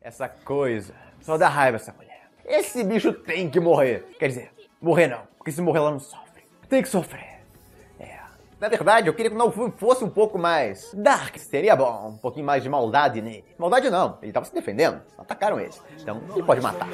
Essa coisa. Só dá raiva essa mulher. Esse bicho tem que morrer. Quer dizer, morrer não, porque se morrer ela não sofre. Tem que sofrer. É. Na verdade, eu queria que o Naofumi fosse um pouco mais dark. Seria bom, um pouquinho mais de maldade nele. Maldade não, ele tava se defendendo. Atacaram ele. Então, ele pode matar.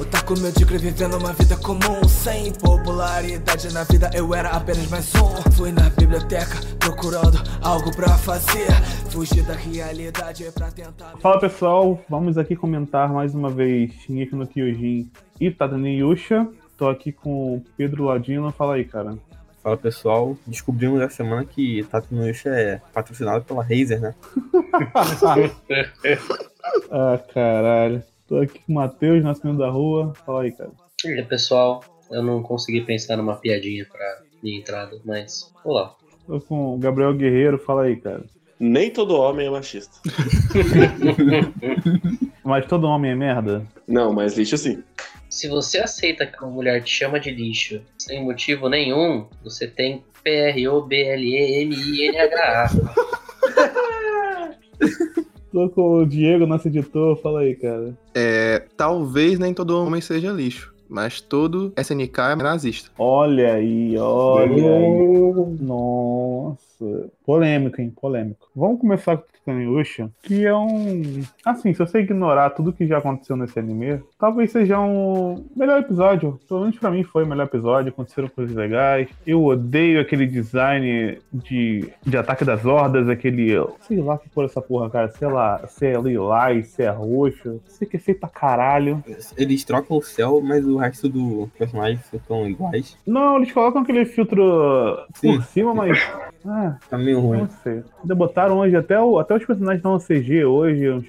Otaku medíocre vivendo uma vida comum Sem popularidade na vida eu era apenas mais um Fui na biblioteca procurando algo pra fazer Fugir da realidade pra tentar... Fala pessoal, vamos aqui comentar mais uma vez Shingeki no Kyojin e Tadani Yusha. Tô aqui com o Pedro Ladino, fala aí, cara. Fala pessoal, descobrimos essa semana que Tato Noisha é patrocinado pela Razer, né? Ah, caralho. Tô aqui com o Matheus, Nascimento da Rua, fala aí, cara. E aí, pessoal, eu não consegui pensar numa piadinha pra minha entrada, mas vou lá. Tô com o Gabriel Guerreiro, fala aí, cara. Nem todo homem é machista. Mas todo homem é merda? Não, mas lixo sim. Se você aceita que uma mulher te chama de lixo sem motivo nenhum, você tem P-R-O-B-L-E-M-I-N-H-A. Tô com o Diego, nosso editor, fala aí, cara. É, talvez nem todo homem seja lixo, mas todo SNK é nazista. Olha aí, olha aí. Nossa. Polêmico, hein? Polêmico. Vamos começar com o Titaniusha, que é um. Assim, se você ignorar tudo que já aconteceu nesse anime, talvez seja um melhor episódio. Pelo menos pra mim foi o melhor episódio. Aconteceram coisas legais. Eu odeio aquele design de, de ataque das hordas, aquele. Sei lá que cor é essa porra, cara. Sei lá, se é lilás, se é roxo. Sei que é feio pra caralho. Eles trocam o céu, mas o resto do personagem ficam iguais. Não, eles colocam aquele filtro por Sim. cima, mas. Ah, Tá meio ruim. não sei. Ainda botaram hoje até, o, até os personagens estão CG hoje, os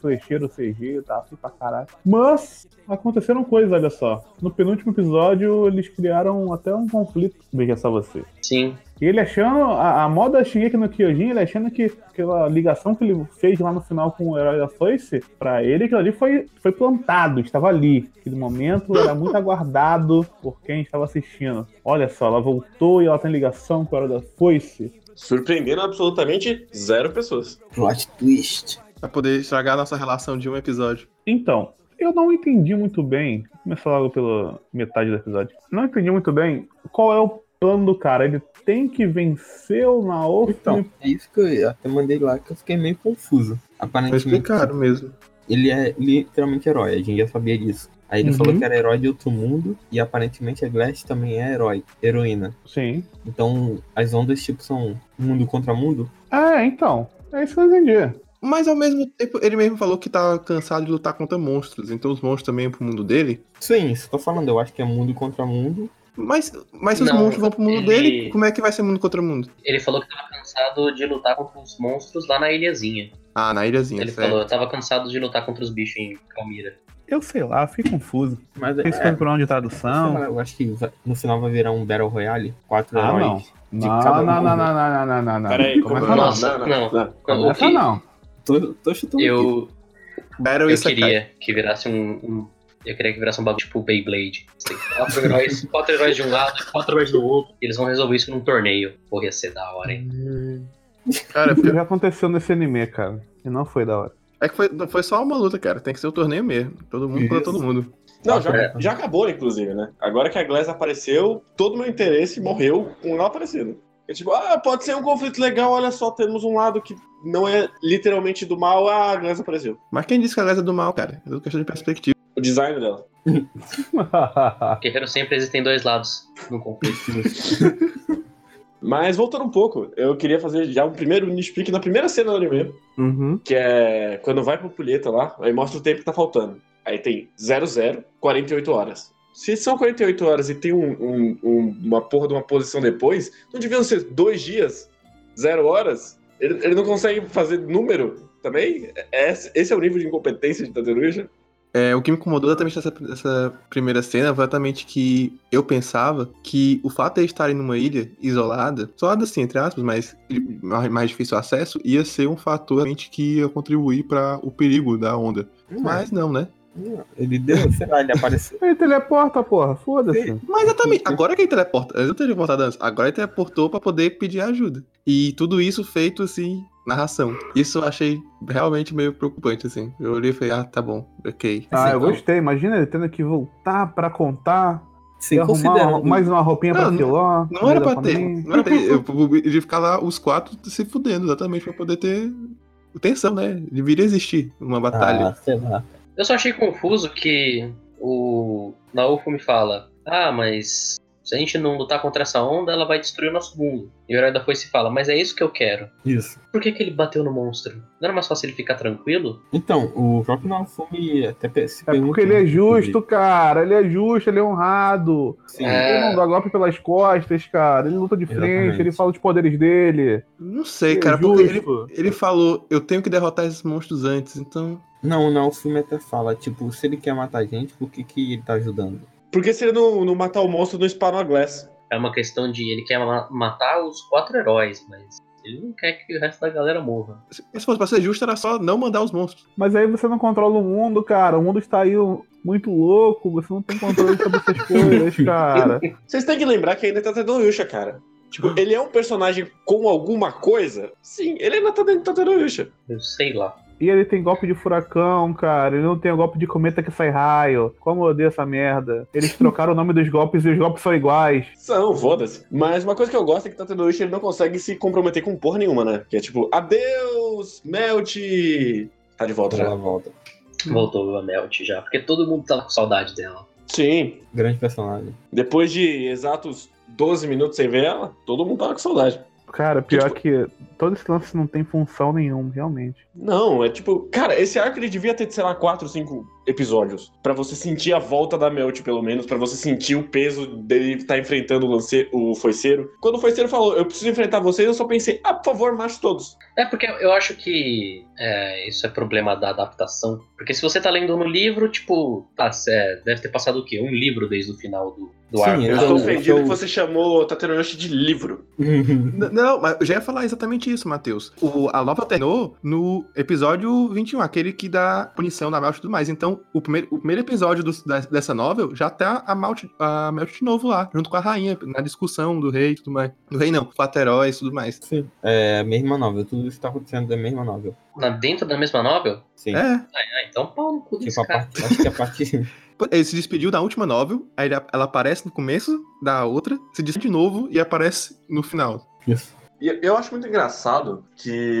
flecheiros CG, tá assim pra caralho. Mas aconteceram coisas, olha só. No penúltimo episódio, eles criaram até um conflito. Veja só você. Sim, E ele achando, a, a moda Shingeki no Kyojin, ele achando que aquela ligação que ele fez lá no final com o herói da Foice, pra ele aquilo ali foi, foi plantado, estava ali. Aquele momento era muito aguardado por quem estava assistindo. Olha só, ela voltou e ela tem ligação com o herói da Foice. Surpreendendo absolutamente zero pessoas. Plot twist. Pra poder estragar a nossa relação de um episódio. Então, eu não entendi muito bem. Vou começar logo pela metade do episódio. Não entendi muito bem qual é o plano do cara. Ele tem que vencer o Naoki. Então, é isso que eu até mandei lá que eu fiquei meio confuso. Foi Aparentemente, explicado mesmo. ele é literalmente herói, a gente já sabia disso. Aí ele Uhum. falou que era herói de outro mundo, e aparentemente a Glass também é herói, heroína. Sim. Então as ondas tipo são mundo contra mundo. É, então. É isso que eu entendi. Mas ao mesmo tempo, ele mesmo falou que tá cansado de lutar contra monstros. Então os monstros também vão pro mundo dele. Sim, isso que eu tô falando, eu acho que é mundo contra mundo. Mas, mas se os Não, monstros vão pro mundo ele- dele, como é que vai ser mundo contra mundo? ele falou que tava cansado de lutar contra os monstros lá na ilhazinha. Ah, na ilhazinha, ele certo. falou, eu tava cansado de lutar contra os bichos em Calmira. Eu sei lá, fiquei confuso. Mas Tem é, esse é. problema de sei tradução. lá, eu acho que vai- no final vai virar um Battle Royale, quatro Ah, não. heróis. Não, cada não, um, não, não, né? não, não, não, não. Ah, Peraí, é Começa como- é não. Nossa, não. é O Começa que não. Tô, tô chutando aqui. eu, Battle é eu e Sakai. queria que virasse um, um- Eu queria que virasse um bagulho tipo Beyblade. Você tem Quatro heróis, quatro heróis de um lado, quatro heróis do outro. E eles vão resolver isso num torneio. Porra, ia ser da hora, hein? Cara, O que já aconteceu nesse anime, cara? E não foi da hora. é que foi, foi só uma luta, cara. Tem que ser o torneio mesmo. Todo mundo contra Isso. todo mundo. Não, já, já acabou, inclusive, né? Agora que a Glass apareceu, todo o meu interesse morreu com ela aparecendo. É tipo, ah, pode ser um conflito legal, olha só, temos um lado que não é literalmente do mal, ah, a Glass apareceu. Mas quem disse que a Glass é do mal, cara? É tudo questão de perspectiva. O design dela. Guerreiro sempre existem dois lados no conflito. Mas voltando um pouco, eu queria fazer já um primeiro mini pick na primeira cena do anime, Uhum. que é quando vai pro Pulheta lá, aí mostra o tempo que tá faltando. Aí tem 00, 48 horas. Se são 48 horas e tem um- um- um- uma porra de uma posição depois, não deviam ser dois dias, zero horas? Ele, ele não consegue fazer número também? É- Esse é o nível de incompetência de Tateruja? É, o que me incomodou exatamente nessa, nessa primeira cena foi exatamente que eu pensava que o fato de eles estarem numa ilha isolada, isolada assim, entre aspas, mas de mais, mais difícil acesso, ia ser um fator realmente que ia contribuir para o perigo da onda. Não, Mas não, né? Não, Ele deu, sei lá, ele apareceu. Ele teleporta, porra, foda-se. Mas exatamente, agora que ele teleporta, ele não teleportado antes, agora ele teleportou pra poder pedir ajuda. E tudo isso feito assim, narração. Isso eu achei realmente meio preocupante, assim. Eu olhei e falei, ah, tá bom, ok. Ah, Assim, eu gostei. Imagina ele tendo que voltar pra contar e Sem arrumar considerar. uma- mais uma roupinha Não, pra não- Filó. Não era comida pra ter. mim. Não era pra ter. Eu- eu- Ele ficar lá os quatro se fudendo, exatamente, pra poder ter tensão, né? Deveria existir uma batalha. Ah, sei lá. Eu só achei confuso que o Naofo me fala: Ah, mas se a gente não lutar contra essa onda, ela vai destruir o nosso mundo. E o herói da foice fala: Mas é isso que eu quero. Isso. Por que, que ele bateu no monstro? Não era mais fácil ele ficar tranquilo? Então, o próprio Naofumi até pe- se É porque ele é justo, cara. Ele é justo, ele é honrado. Sim. É. Ele não dá golpe pelas costas, cara. Ele luta de frente, Exatamente. ele fala os poderes dele. Não sei, Ele é cara, porque ele, justo. ele falou, eu tenho que derrotar esses monstros antes, então. Não, não, o filme até fala, tipo, se ele quer matar a gente, por que, que ele tá ajudando? Por que se ele não, não matar o monstro, não spawna a Glass? É uma questão de ele quer ma- matar os quatro heróis, mas ele não quer que o resto da galera morra. Se se fosse pra ser justo, era só não mandar os monstros. Mas aí você não controla o mundo, cara. O mundo está aí muito louco. Você não tem controle sobre essas coisas, cara. Vocês têm que lembrar que ainda tá tendo Yusha, cara. Tipo, ele é um personagem com alguma coisa? Sim, ele ainda tá dentro do Tataru Yusha. Eu sei lá. E ele tem golpe de furacão, cara. Ele não tem golpe de cometa que sai raio. Como eu odeio essa merda. Eles trocaram o nome dos golpes e os golpes são iguais. São, foda-se. Mas uma coisa que eu gosto é que o Tataru Yusha ele não consegue se comprometer com porra nenhuma, né? Que é tipo, adeus, Melt! Tá de volta Ela já. volta. Voltou a Melt já, porque todo mundo tava com saudade dela. Sim. Grande personagem. Depois de exatos 12 minutos sem ver ela, todo mundo tava com saudade. Cara, pior que todo esse lance não tem função nenhuma, realmente. Não, é tipo, cara, esse arco ele devia ter, sei lá, 4, 5 episódios. Pra você sentir a volta da Melt, pelo menos, pra você sentir o peso dele estar enfrentando o, lance... o foiceiro. Quando o foiceiro falou, eu preciso enfrentar vocês, eu só pensei, ah, por favor, mate todos. É porque eu acho que é, isso é problema da adaptação. Porque se você tá lendo no livro, tipo, tá, cê- deve ter passado o quê? Um livro desde o final do, do Sim, arco. eu Eu Não, estou Então, ofendido eu- que você chamou Tateroyoshi de livro. N- Não, mas eu já ia falar exatamente isso, Matheus. O, a Lova terminou no episódio 21, aquele que dá punição da Melt e tudo mais. Então, o primeiro, o primeiro episódio do- da- dessa novel já tá a Melt, a Melt de novo lá, junto com a rainha, na discussão do rei e tudo mais. Do rei não, com a Terói e tudo mais. Sim. É a mesma novela, tudo isso tá acontecendo da mesma novela. na- dentro da mesma novel? Sim. É, Ah, então pau no cu Tipo, desse a cara. parte, acho que a parte. ele se despediu da última novel, aí ele- ela aparece no começo da outra, se despede de novo e aparece no final. Isso. E eu acho muito engraçado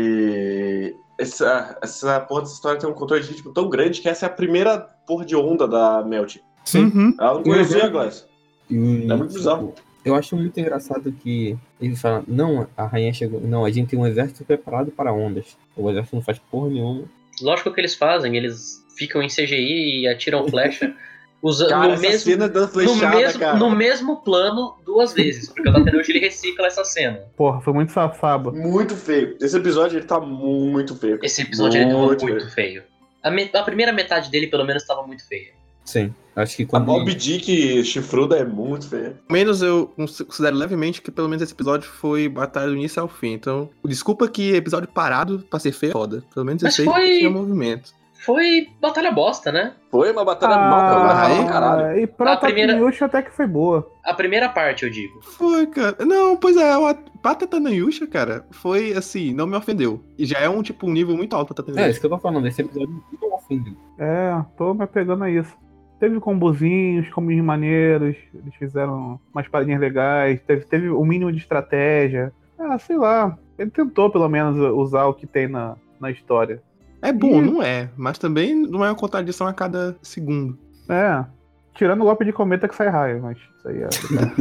que essa, essa porra dessa história tem um controle de ritmo tão grande que essa é a primeira porra de onda da Melt. Sim. Uhum. Ela não conhecia a Glass. E, É muito bizarro. Eu acho muito engraçado que eles falam, não, a rainha chegou. Não, a gente tem um exército preparado para ondas. O exército não faz porra nenhuma. Lógico que eles fazem, eles ficam em CGI e atiram flecha usando Cara, no essa mesmo. cena da No flechada, mesmo, cara. no mesmo plano duas vezes, porque o Tateruji ele recicla essa cena. Porra, foi muito safado. Muito feio. Esse episódio ele tá muito feio. Esse episódio ele tava Muito muito feio. A, me- a primeira metade dele, pelo menos, tava muito feia. Sim. Acho que A quando. Mob Dick chifruda é muito feia. menos eu cons- considero levemente que pelo menos esse episódio foi batalha do início ao fim. Então, desculpa que episódio parado pra ser feio é foda. Pelo menos eu Mas sei foi- que tinha movimento. Foi batalha bosta, né? Foi uma batalha pra Ah, aí, caralho. e pra A primeira- Takenyoshi até que foi boa. A primeira parte, eu digo. Foi, cara. Não, pois é, o at- pra Tatanayusha, cara, foi assim, não me ofendeu. E já é um tipo um nível muito alto pra É, Tatanayusha. isso que eu tô falando, esse episódio não ofendeu. É, tô me apegando a isso. Teve combozinhos, combinhos maneiros, eles fizeram umas paradinhas legais, teve, teve o mínimo de estratégia. Ah, sei lá. Ele tentou, pelo menos, usar o que tem na, na história. É, bom, Ih. não é. Mas também não é uma contradição a cada segundo. É. Tirando o golpe de cometa que sai raio, mas isso aí é.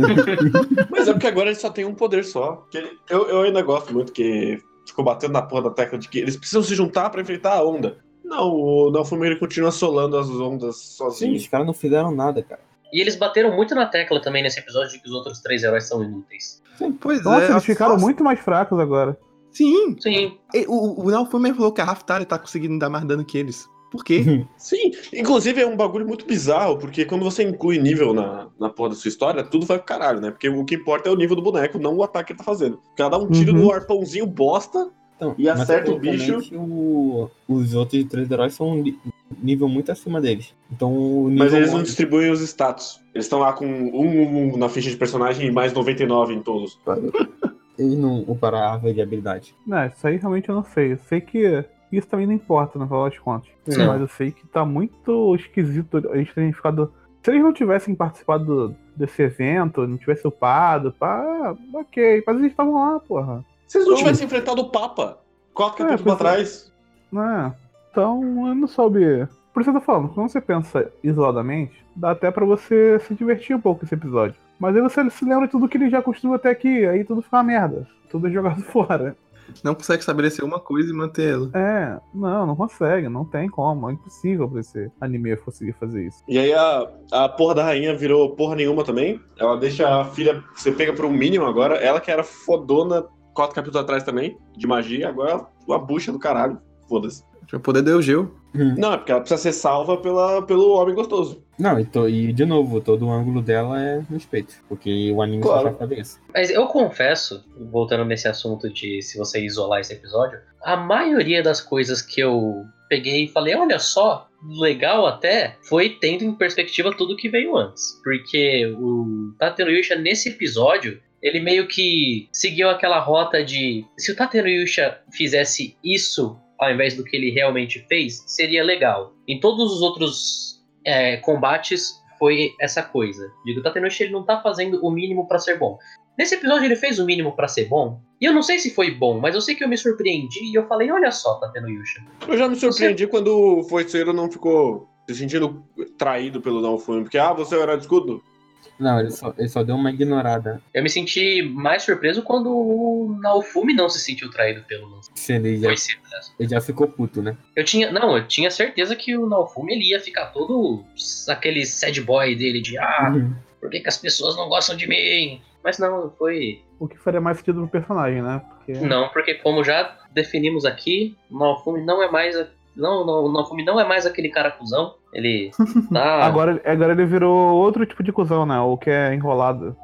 Mas é porque agora ele só tem um poder só. Que ele- eu, eu ainda gosto muito que ficou batendo na porra da tecla de que eles precisam se juntar pra enfrentar a onda. Não, o Nelfumi ele continua solando as ondas Sim, sozinho. os caras não fizeram nada, cara. E eles bateram muito na tecla também nesse episódio de que os outros três heróis são inúteis. Pois Nossa, é. eles as- ficaram as- muito mais fracos agora. Sim. Sim. E O, o Naofumi falou que a Raftaria tá conseguindo dar mais dano que eles. Por Uhum. quê? Sim, inclusive é um bagulho muito bizarro, porque quando você inclui nível na, na porra da sua história, tudo vai pro caralho, né? Porque o que importa é o nível do boneco, não o ataque que ele tá fazendo. O cara dá um tiro Uhum. no arpãozinho bosta, Então, E acerta o mas, tecnicamente, o- os outros três heróis são li- nível muito acima deles. Então, o nível Mas eles não um- distribuem os status. Eles estão lá com um, um, um na ficha de personagem e mais 99 em todos. eles não operam a árvore de habilidade. Não, isso aí realmente eu não sei. Eu sei que isso também não importa, no final das contas. Sim. Mas eu sei que tá muito esquisito eles terem ficado. Se eles não tivessem participado desse evento, não tivessem upado, pá, ok. Mas eles estavam lá, porra. Se eles não tivessem enfrentado o Papa quatro É, capítulos pois é. atrás, né? Então eu não soube. Por isso eu tô falando, quando você pensa isoladamente, dá até pra você se divertir um pouco com esse episódio. Mas aí você se lembra de tudo que ele já construiu até aqui, aí tudo fica uma merda. Tudo é jogado fora. Não consegue estabelecer uma coisa e manter ela. É, não, não consegue, não tem como. É impossível pra esse anime conseguir fazer isso. E aí a, a porra da rainha virou porra nenhuma também. Ela deixa a filha ser pega por um mínimo agora. Ela que era fodona quatro capítulos atrás também, de magia, agora é uma bucha do caralho. Foda-se. Pra poder deu Gil. Não, é porque ela precisa ser salva pela, pelo homem gostoso. Não, e, to- e de novo, todo o ângulo dela é respeito. Porque o anime Claro. só faz cabeça. Mas eu confesso, voltando nesse assunto de se você isolar esse episódio, a maioria das coisas que eu peguei e falei, olha só, legal até, foi tendo em perspectiva tudo que veio antes. Porque o Tateruyusha, nesse episódio, ele meio que seguiu aquela rota de se o Tateruyusha fizesse isso ao invés do que ele realmente fez, seria legal. Em todos os outros é, combates foi essa coisa. Digo, o Tateruyusha ele não tá fazendo o mínimo pra ser bom. Nesse episódio ele fez o mínimo pra ser bom. E eu não sei se foi bom, mas eu sei que eu me surpreendi e eu falei, olha só, tá tendo Yusha. Eu já me surpreendi quando o Foiceiro não ficou se sentindo traído pelo Naofumi. Porque, ah, você era de escudo? Não, ele só, ele só deu uma ignorada. Eu me senti mais surpreso quando o Naofumi não se sentiu traído pelo lance. Se Ele é já, Foi cedo. ele já ficou puto, né? Eu tinha, não, eu tinha certeza que o Naofumi ele ia ficar todo aquele sad boy dele de, ah, por que, que as pessoas não gostam de mim? Mas não, foi O que faria mais sentido pro personagem, né? Porque Não, porque como já definimos aqui, o Naofumi não é mais a- não, não, o Naofumi não é mais aquele cara cuzão. Ele tá agora, agora ele virou outro tipo de cuzão, né? O que é enrolado.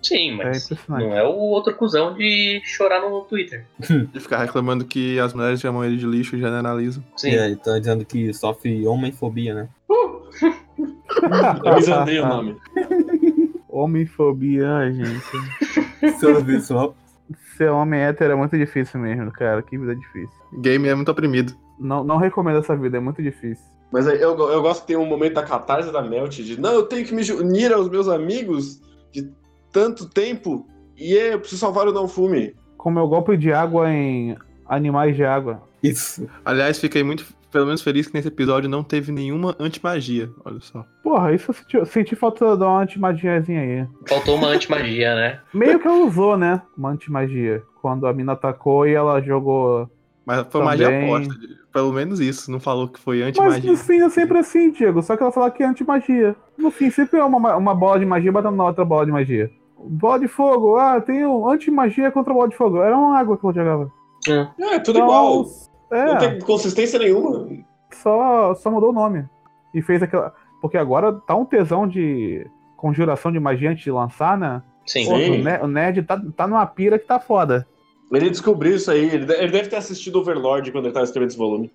Sim, mas É impressionante. não é o outro cuzão de chorar no Twitter. De ficar reclamando que as mulheres chamam ele de lixo e generalizam. Sim. E aí, tá dizendo que sofre homofobia, né? Ah, Eu tá, misandrei o nome. Homofobia, ai, gente. Sofre só. Ser homem hétero é muito difícil mesmo, cara. Que vida difícil. Game é muito oprimido. Não, não recomendo essa vida, é muito difícil. Mas aí eu, eu gosto que tem um momento da catarse da Melt de não, eu tenho que me unir aos meus amigos de tanto tempo e é, eu preciso salvar o Naofumi. Como é o golpe de água em animais de água. Isso. Aliás, fiquei muito, pelo menos, feliz que nesse episódio não teve nenhuma antimagia. Olha só. Porra, isso eu senti, senti falta de uma antimagiazinha aí. Faltou uma antimagia, né? Meio que ela usou, né? Uma antimagia. Quando a mina atacou e ela jogou. Mas foi magia Também. aposta. de- Pelo menos isso. Não falou que foi Mas anti-magia. no fim é sempre assim, Diego. Só que ela fala que é antimagia. No fim, sempre é uma, ma- uma bola de magia batendo na outra bola de magia. Bola de fogo, ah, tem um antimagia contra bola de fogo. Era uma água que ela jogava. Não, é tudo Então, igual. É, Não tem consistência nenhuma. só, só mudou o nome. E fez aquela. Porque agora tá um tesão de conjuração de magia antes de lançar, né? Sim. Pô, O, ne o Ned tá, tá numa pira que tá foda. Ele descobriu isso aí. Ele de- ele deve ter assistido Overlord quando ele tava escrevendo esse volume.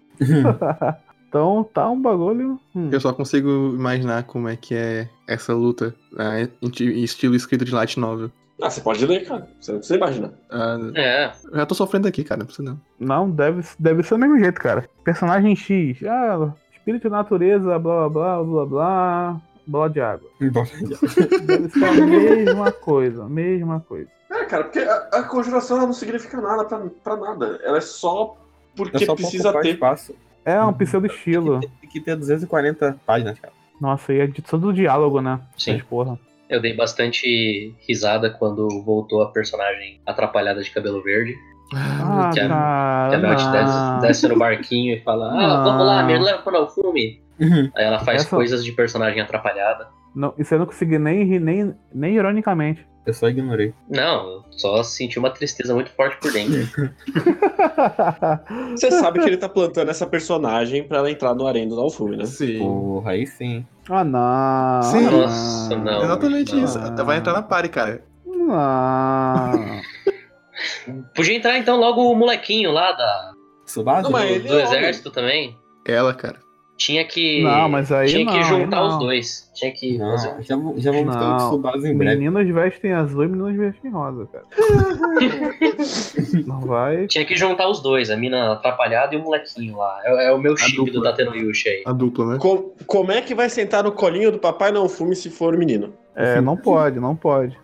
então tá um bagulho. hum. Eu só consigo imaginar como é que é essa luta né, em ti- em estilo escrito de light novel. Ah, você pode ler, cara. Você não precisa imaginar. Ah, É. eu já tô sofrendo aqui, cara. Não precisa não. Não, deve, deve ser do mesmo jeito, cara. Personagem X. Ah, espírito de natureza, blá blá blá blá blá. Bola de água. Bom, Deve ser a mesma coisa, mesma coisa. É, cara, porque a, a conjuração ela não significa nada pra, pra nada. Ela é só é porque só pra precisa ocupar ter. espaço. É um pseudo estilo. Tem que ter 240 páginas, cara. Nossa, e é de todo o diálogo, né? Sim. Mas, porra. Eu dei bastante risada quando voltou a personagem atrapalhada de cabelo verde. É Ah, que a- Que a Melt cara. desce, desce no barquinho e fala: Ah, vamos lá, me leva para o fume. Uhum. Aí ela faz Essa- coisas de personagem atrapalhada. Não, isso eu não consegui nem rir, nem, nem ironicamente. Eu só ignorei. Não, eu só senti uma tristeza muito forte por dentro. Você sabe que ele tá plantando essa personagem pra ela entrar no arém do Naofumi, né? Sim. Porra, aí sim. ah, não. Sim. Nossa, não. É Exatamente não. isso. Vai entrar na party, cara. Não. Podia entrar então logo o molequinho lá da, Tsubasa? Não, mas- do, ele do é homem. exército também. Ela, cara. Tinha que. Não, mas aí tinha não, aí que juntar não. os dois. Tinha que Não, fazer um- já, vou- já vamos ficar Não. com Tsubasa em breve. Meninas vestem azul e meninas vestem rosa, cara. Não vai. Tinha que juntar os dois, a mina atrapalhada e o molequinho lá. É, é o meu chip do dupla. Dateno Yushi aí. A dupla, né? Co- como é que vai sentar no colinho do papai não fume se for menino? É, não pode, não pode.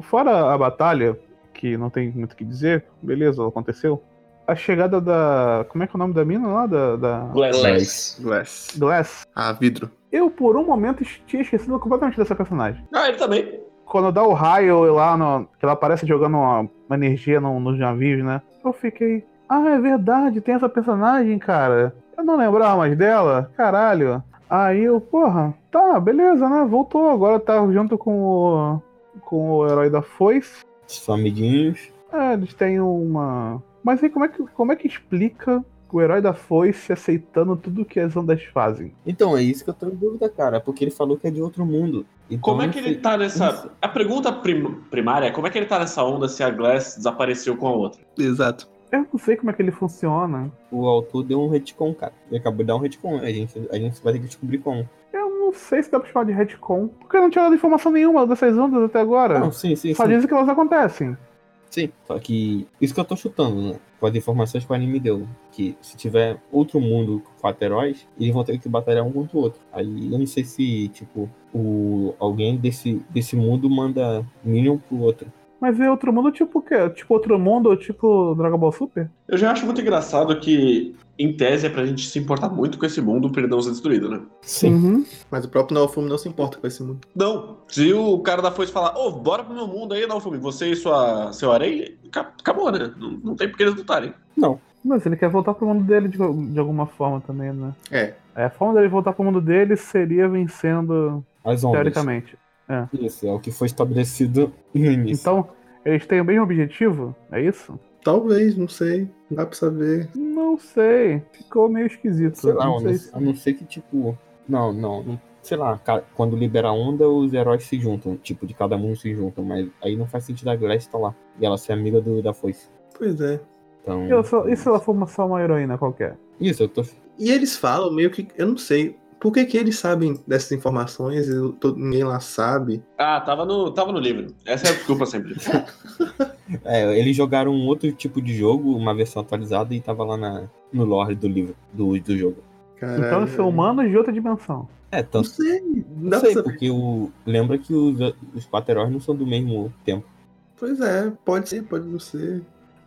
Fora a batalha, que não tem muito o que dizer, beleza, aconteceu. A chegada da. Como é que é o nome da mina lá? Da, da... É Glass. Glass. Glass. Glass. Ah, vidro. Eu, por um momento, tinha esquecido completamente dessa personagem. Ah, ele também. Quando dá o raio lá, no- que ela aparece jogando uma, uma energia no- nos navios, né? Eu fiquei. Ah, é verdade, tem essa personagem, cara. Eu não lembrava mais dela. Caralho. Aí eu, porra, tá, beleza, né? Voltou. Agora tá junto com o. com o herói da foice. Os amiguinhos. É, eles têm uma. Mas aí como é que, como é que explica o herói da foice aceitando tudo que as ondas fazem? Então, é isso que eu tô em dúvida, cara. Porque ele falou que é de outro mundo. Então, Como é não que sei- ele tá Isso. nessa. A pergunta prim- primária é como é que ele tá nessa onda se a Glass desapareceu com a outra? Exato. Eu não sei como é que ele funciona. O autor deu um retcon, cara. Ele acabou de dar um retcon. A gente, a gente vai ter que descobrir como. Eu não sei se dá pra chamar de retcon, porque eu não tinha dado informação nenhuma dessas ondas até agora. Não, sim, sim, Só sim. dizem que elas acontecem. Sim. Só que isso que eu tô chutando, né? Com as informações que o anime deu. Que se tiver outro mundo com quatro heróis, eles vão ter que batalhar um contra o outro. Aí eu não sei se, tipo, o, alguém desse, desse mundo manda Minion pro outro. Mas é outro mundo tipo o quê? Tipo outro mundo ou tipo Dragon Ball Super? Eu já acho muito engraçado que, em tese, é pra gente se importar muito com esse mundo pra ele não ser destruído, né? Sim. Uhum. Mas o próprio Naofumi não se importa com esse mundo. Não. Se o cara da foice falar, ô, bora pro meu mundo aí, não, Fumi, você e sua, seu areia, ca- acabou, né? Não, não tem por que eles lutarem. Mas ele quer voltar pro mundo dele de, de alguma forma também, né? É. É, a forma dele voltar pro mundo dele seria vencendo, As ondas. teoricamente. Isso, é o que foi estabelecido no início. Então, eles têm o mesmo objetivo? É isso? Talvez, não sei. Não dá pra saber. Não sei. Ficou meio esquisito. sei lá, não a sei não- se- a não ser que, tipo. Não, não, não- Sei lá, ca- quando libera a onda, os heróis se juntam. Tipo, de cada mundo se juntam. Mas aí não faz sentido a Glass estar lá. E ela ser amiga do, da Foice. Pois é. Então. E, eu só- e se ela for uma- só uma heroína qualquer? Isso, eu tô. E eles falam meio que. Eu não sei. Por que, que eles sabem dessas informações e todo- ninguém lá sabe? Ah, tava no, tava no livro. Essa é a desculpa sempre. É, eles jogaram um outro tipo de jogo, uma versão atualizada, e tava lá na, no lore do livro, do, do jogo. Caralho. Então eles são humanos de outra dimensão. É, Não tanto. sei. Não Não dá pra sei, saber. porque o. Lembra que os, os quatro heróis não são do mesmo tempo. Pois é. Pode ser, pode não ser.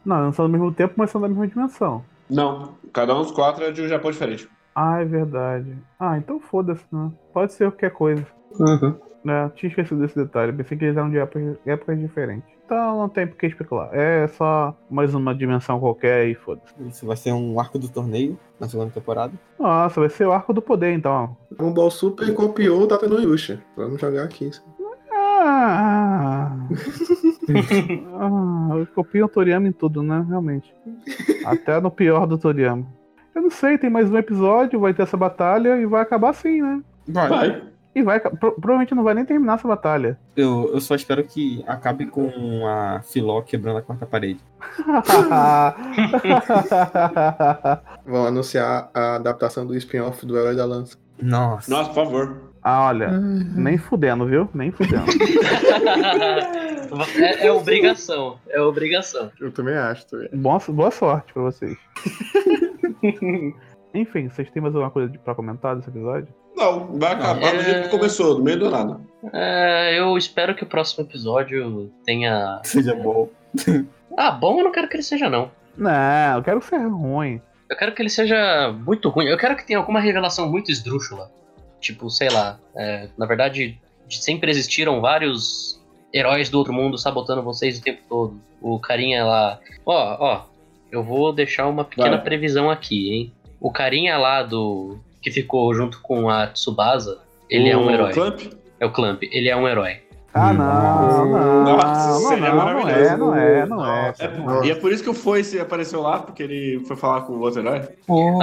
Não, não são do mesmo tempo, mas são da mesma dimensão. não. Cada um dos quatro é de um Japão diferente. Ah, é verdade. Ah, então foda-se, né? Pode ser qualquer coisa. Uhum. Né? Tinha esquecido desse detalhe. Pensei que eles eram de épocas, épocas diferentes. Então não tem por que especular. É só mais uma dimensão qualquer e foda-se. Isso vai ser um arco do torneio na segunda temporada. Nossa, vai ser o arco do poder então. Dragon Ball Um Super copiou o Tata no Yusha. Vamos jogar aqui. Ah, ah, copiam o Toriyama em tudo, né? Realmente. Até no pior do Toriyama. Eu não sei, tem mais um episódio, vai ter essa batalha e vai acabar assim, né? Vai. E vai, aca- pro- provavelmente não vai nem terminar essa batalha. Eu, eu só espero que acabe com a Filó quebrando a quarta parede. Vão anunciar a adaptação do spin-off do Herói da Lança. Nossa. Nossa, por favor. ah, olha, nem fudendo, viu? Nem fudendo. é, é obrigação. É obrigação. Eu também acho. também. Boa, boa sorte pra vocês. Enfim, vocês têm mais alguma coisa de- pra comentar desse episódio? Não, vai acabar do É. jeito que começou, no meio do nada. É, eu espero que o próximo episódio tenha. Seja bom. Ah, bom, eu não quero que ele seja, não. Não, eu quero que seja ruim. Eu quero que ele seja muito ruim. Eu quero que tenha alguma revelação muito esdrúxula. Tipo, sei lá. é, na verdade, de- sempre existiram vários heróis do outro mundo sabotando vocês o tempo todo. O carinha lá. Ó, ó. Eu vou deixar uma pequena Vai. previsão aqui, hein? O carinha lá do. que ficou junto com a Tsubasa. Ele é O um herói. Clamp? É o Clamp. Ele é um herói. Ah, não, não. Nossa, não, não, seria não maravilhoso. é, não é, não é. É por- Nossa. e é por isso que o Foice apareceu lá, porque ele foi falar com o outro herói.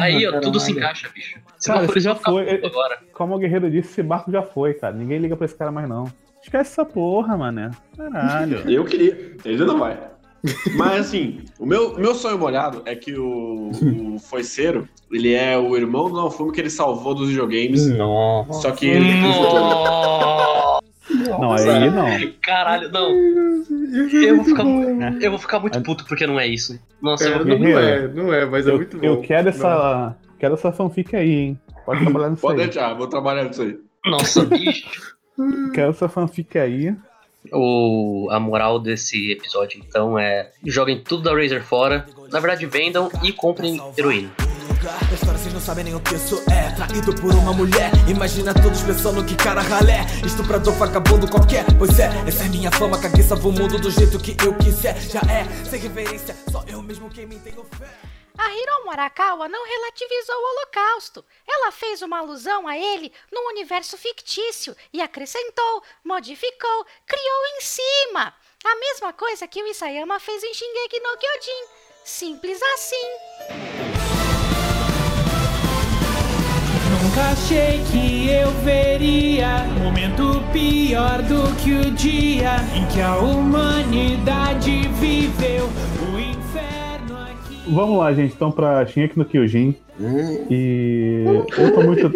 Aí, ó, tudo se encaixa, bicho. Se Cara, não for esse isso, eu já vou ficar foi. é, puto agora. Como o Guerreiro disse, esse barco já foi, cara. Ninguém liga pra esse cara mais, não. Esquece essa porra, mané. Caralho. Eu queria. Ele não vai. Mas assim, o meu, meu sonho molhado é que o, o Foiceiro, ele é o irmão do Naofumi que ele salvou dos videogames. Nossa. Só que ele tem futuro. Não, aí não. Caralho, não. Eu vou ficar, né? eu vou ficar muito puto porque não é isso. Nossa, eu É, vou não é, não é, mas Eu, eu quero essa. Quero essa fanfic aí, hein? Pode trabalhar nisso Pode aí. deixar, vou trabalhar nisso aí. Nossa, bicho. Quero essa fanfic aí. O, a moral desse episódio, então, é joguem tudo da Razer fora. Na verdade, vendam e comprem heroína. lugar da história, vocês não sabem nem o que isso é. Traído por uma mulher, imagina todos pensando que cara ralé. Estuprador, vagabundo qualquer, pois é. Essa é minha fama, caguiça, vou mundo do jeito que eu quiser. Já é, sem reverência, só eu mesmo quem me tenho fé. A Hiro Morakawa não relativizou o Holocausto. Ela fez uma alusão a ele num universo fictício e acrescentou, modificou, criou em cima. A mesma coisa que o Isayama fez em Shingeki no Kyojin. Simples assim. Nunca achei que eu veria um momento pior do que o dia em que a humanidade viveu o inferno aqui. Vamos lá, gente. Então, pra Shinhek no Kyojin. Hum, E eu tô muito.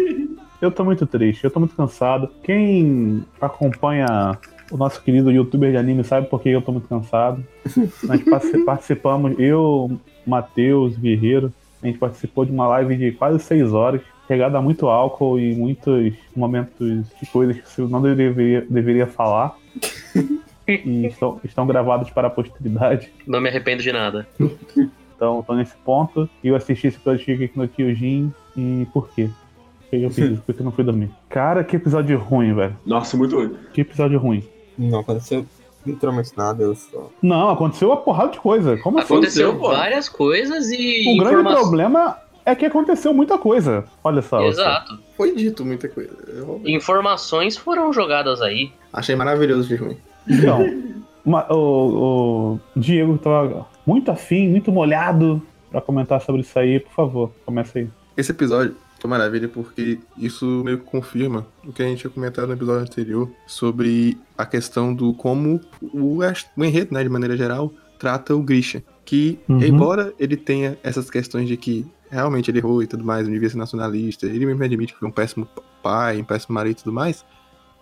Eu tô muito triste, eu tô muito cansado. Quem acompanha o nosso querido youtuber de anime sabe por que eu tô muito cansado. Nós partici- participamos, eu, Matheus, Guerreiro, a gente participou de uma live de quase seis horas, regada a muito álcool e muitos momentos de coisas que eu não deveria, deveria falar. E estão, estão gravados para a posteridade. Não me arrependo de nada. Então, tô nesse ponto. E eu assisti esse episódio de Shingeki no Kyojin. E por quê? Por que eu fiz isso? Por que eu não fui dormir? Cara, que episódio ruim, velho. Nossa, muito ruim. Que episódio ruim. Não aconteceu literalmente nada, eu só. Não, aconteceu uma porrada de coisa. Como assim? Aconteceu pô. várias coisas e. O grande informações. problema é que aconteceu muita coisa. Olha só. olha só. Exato. Foi dito muita coisa. Eu Informações foram jogadas aí. achei maravilhoso de ruim. Então, uma- o, o Diego tava muito afim, muito molhado pra comentar sobre isso aí. Por favor, começa aí. Esse episódio foi maravilha porque isso meio que confirma o que a gente tinha comentado no episódio anterior sobre a questão do como o, as- o enredo, né, de maneira geral, trata o Grisha. Que, Uhum. embora ele tenha essas questões de que realmente ele errou e tudo mais, não devia ser nacionalista, ele mesmo admite que foi um péssimo p- pai, um péssimo marido e tudo mais,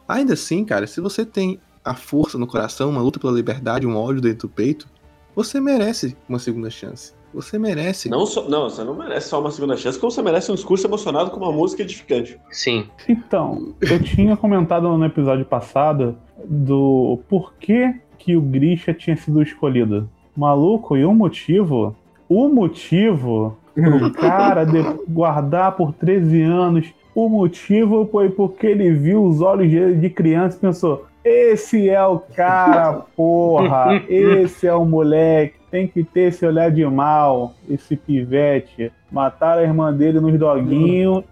ainda assim, cara, se você tem a força no coração, uma luta pela liberdade, um ódio dentro do peito, você merece uma segunda chance. Você merece. Não, só, não, você não merece só uma segunda chance, como você merece um discurso emocionado com uma música edificante. Sim. Então, eu tinha comentado no episódio passado do porquê que o Grisha tinha sido escolhido. Maluco, e o motivo? O motivo pro cara de guardar por 13 anos. O motivo foi porque ele viu os olhos dele de criança e pensou: esse é o cara, porra! Esse é o moleque, tem que ter esse olhar de mal, esse pivete. Mataram a irmã dele nos doguinhos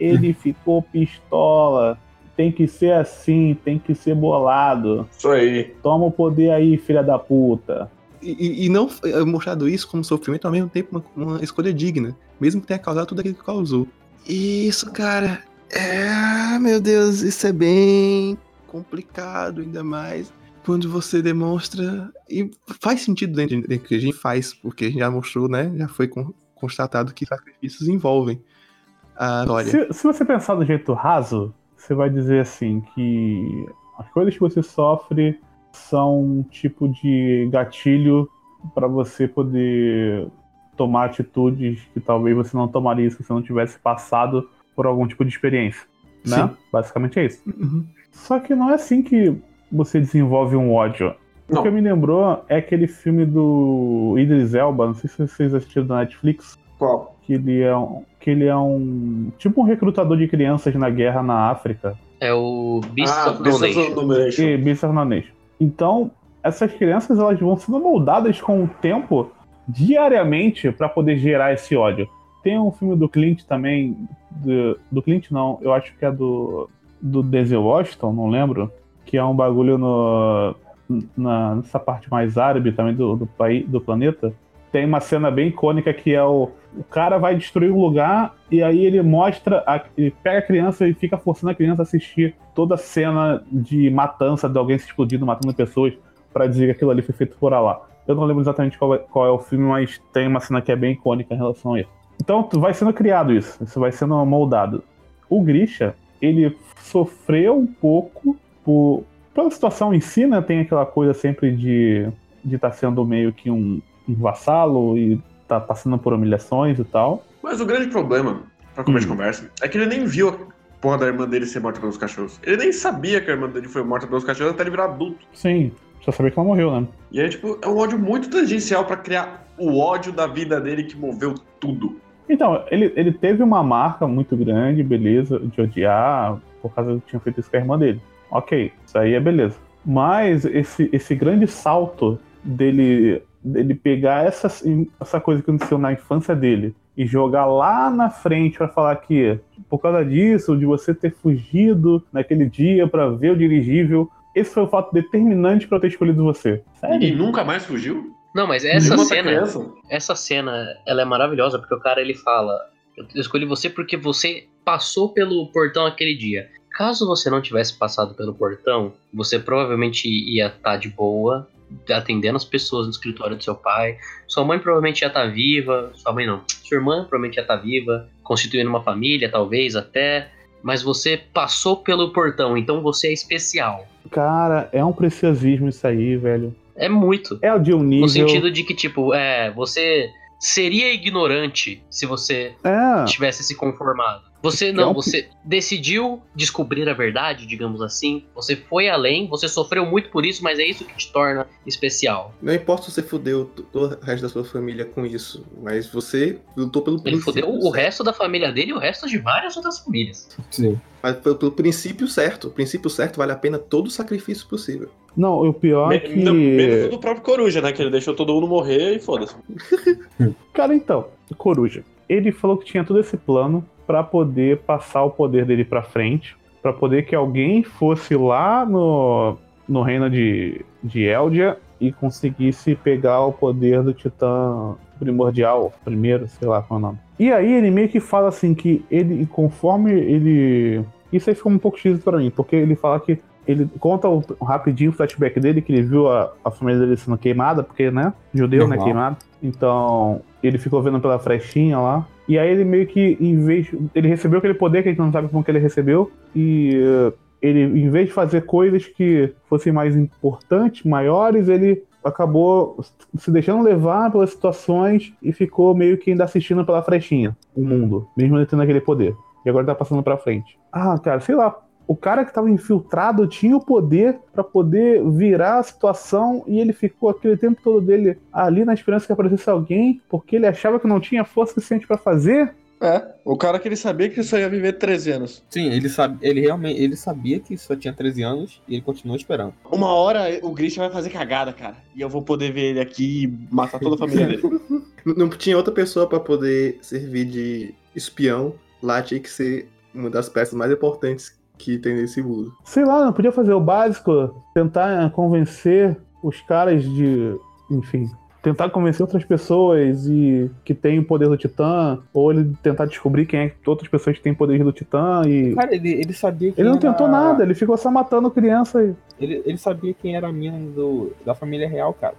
ele ficou pistola. Tem que ser assim, tem que ser bolado. Isso aí. Toma o poder aí, filha da puta. E, e- e não é mostrado isso como sofrimento, ao mesmo tempo uma, uma escolha digna, mesmo que tenha causado tudo aquilo que causou. Isso, cara. É, meu Deus, isso é bem complicado, ainda mais quando você demonstra. E faz sentido dentro de- dentro que a gente faz, porque a gente já mostrou, né? Já foi con- constatado que sacrifícios envolvem a história. Se, se você pensar do jeito raso, você vai dizer assim que as coisas que você sofre são um tipo de gatilho pra você poder tomar atitudes que talvez você não tomaria se você não tivesse passado por algum tipo de experiência. Né? Sim. Basicamente é isso. Uhum. Só que não é assim que você desenvolve um ódio. O Não. que me lembrou é aquele filme do Idris Elba, não sei se vocês assistiram da Netflix, Qual? que ele é um, que ele é um tipo um recrutador de crianças na guerra na África. É o Beast ah, of No Beasts Nation. of Domination. E Bissarnanês. Então, essas crianças elas vão sendo moldadas com o tempo diariamente para poder gerar esse ódio. Tem um filme do Clint também, do, do Clint não, eu acho que é do do Denzel Washington, não lembro, que é um bagulho no na, nessa parte mais árabe também do, do país, do planeta. Tem uma cena bem icônica que é o o cara vai destruir um lugar e aí ele mostra, a- ele pega a criança e fica forçando a criança a assistir toda a cena de matança de alguém se explodindo, matando pessoas, pra dizer que aquilo ali foi feito por Allah. Eu não lembro exatamente qual é, qual é o filme, mas tem uma cena que é bem icônica em relação a isso. Então tu vai sendo criado isso, isso vai sendo moldado. O Grisha, ele sofreu um pouco por, pela situação em si, né? Tem aquela coisa sempre de estar de tá sendo meio que um, um vassalo e tá passando por humilhações e tal. Mas o grande problema, pra começar Hum. de conversa, é que ele nem viu a porra da irmã dele ser morta pelos cachorros. Ele nem sabia que a irmã dele foi morta pelos cachorros até ele virar adulto. Sim, só saber que ela morreu, né? E aí, tipo, é um ódio muito tangencial pra criar o ódio da vida dele que moveu tudo. Então, ele, ele teve uma marca muito grande, beleza, de odiar, por causa que tinha feito isso com a irmã dele. Ok, isso aí é beleza. Mas esse, esse grande salto dele, dele pegar essa, essa coisa que aconteceu na infância dele e jogar lá na frente pra falar que por causa disso, de você ter fugido naquele dia pra ver o dirigível, esse foi o fato determinante pra eu ter escolhido você. Ninguém Sério? nunca mais fugiu? Não, mas essa Nenhuma cena, criança? essa cena, ela é maravilhosa porque o cara ele fala: "Eu escolhi você porque você passou pelo portão aquele dia. Caso você não tivesse passado pelo portão, você provavelmente ia estar de boa, atendendo as pessoas no escritório do seu pai. Sua mãe provavelmente já tá viva, sua mãe não, sua irmã provavelmente já tá viva, constituindo uma família, talvez até, mas você passou pelo portão, então você é especial. Cara, é um preciosismo isso aí, velho. É muito. É o de um nível... No sentido de que, tipo, é, você seria ignorante se você É, tivesse se conformado. Você é não, um- você decidiu descobrir a verdade, digamos assim. Você foi além, você sofreu muito por isso, mas é isso que te torna especial. Não importa se você fudeu t- todo o resto da sua família com isso, mas você lutou pelo Ele princípio. fodeu o certo. resto da família dele e o resto de várias outras famílias. Sim. Mas pelo, pelo princípio certo. O princípio certo vale a pena todo o sacrifício possível. Não, o pior é Me- que. não, Menos do próprio Coruja, né? Que ele deixou todo mundo morrer e foda-se. Cara, então, Coruja. Ele falou que tinha todo esse plano pra poder passar o poder dele pra frente, pra poder que alguém fosse lá no, no reino de, de Eldia e conseguisse pegar o poder do Titã primordial, primeiro, sei lá qual é o nome. E aí ele meio que fala assim que ele, conforme ele. Isso aí ficou um pouco x pra mim, porque ele fala que ele conta o- rapidinho o flashback dele, que ele viu a, a família dele sendo queimada, porque, né? Judeu, né? Normal. Queimado. Então, ele ficou vendo pela frestinha lá. E aí ele meio que, em vez. Ele recebeu aquele poder que a gente não sabe como que ele recebeu. E eh, ele, em vez de fazer coisas que fossem mais importantes, maiores, ele acabou se deixando levar pelas situações e ficou meio que ainda assistindo pela frestinha o mundo, mesmo ele tendo aquele poder. E agora tá passando pra frente. Ah, cara, sei lá, o cara que tava infiltrado tinha o poder pra poder virar a situação e ele ficou aquele tempo todo dele ali na esperança que aparecesse alguém, porque ele achava que não tinha força suficiente pra fazer. É, o cara que ele sabia que só ia viver 13 anos. Sim, ele sabe, ele realmente, ele sabia que só tinha 13 anos e ele continuou esperando. Uma hora o Grisha vai fazer cagada, cara. E eu vou poder ver ele aqui e matar toda a família dele. N- Não tinha outra pessoa pra poder servir de espião. Lá tinha que ser uma das peças mais importantes que tem nesse mundo. Sei lá, não podia fazer o básico, tentar eh, convencer os caras de. Enfim. Tentar convencer outras pessoas e que tem o poder do Titã, ou ele tentar descobrir quem é que outras pessoas que têm poder do Titã e. Cara, ele, ele sabia que Ele não era- Ah. tentou nada, ele ficou só matando criança e. Ele, ele sabia quem era a mina do, da família real, cara.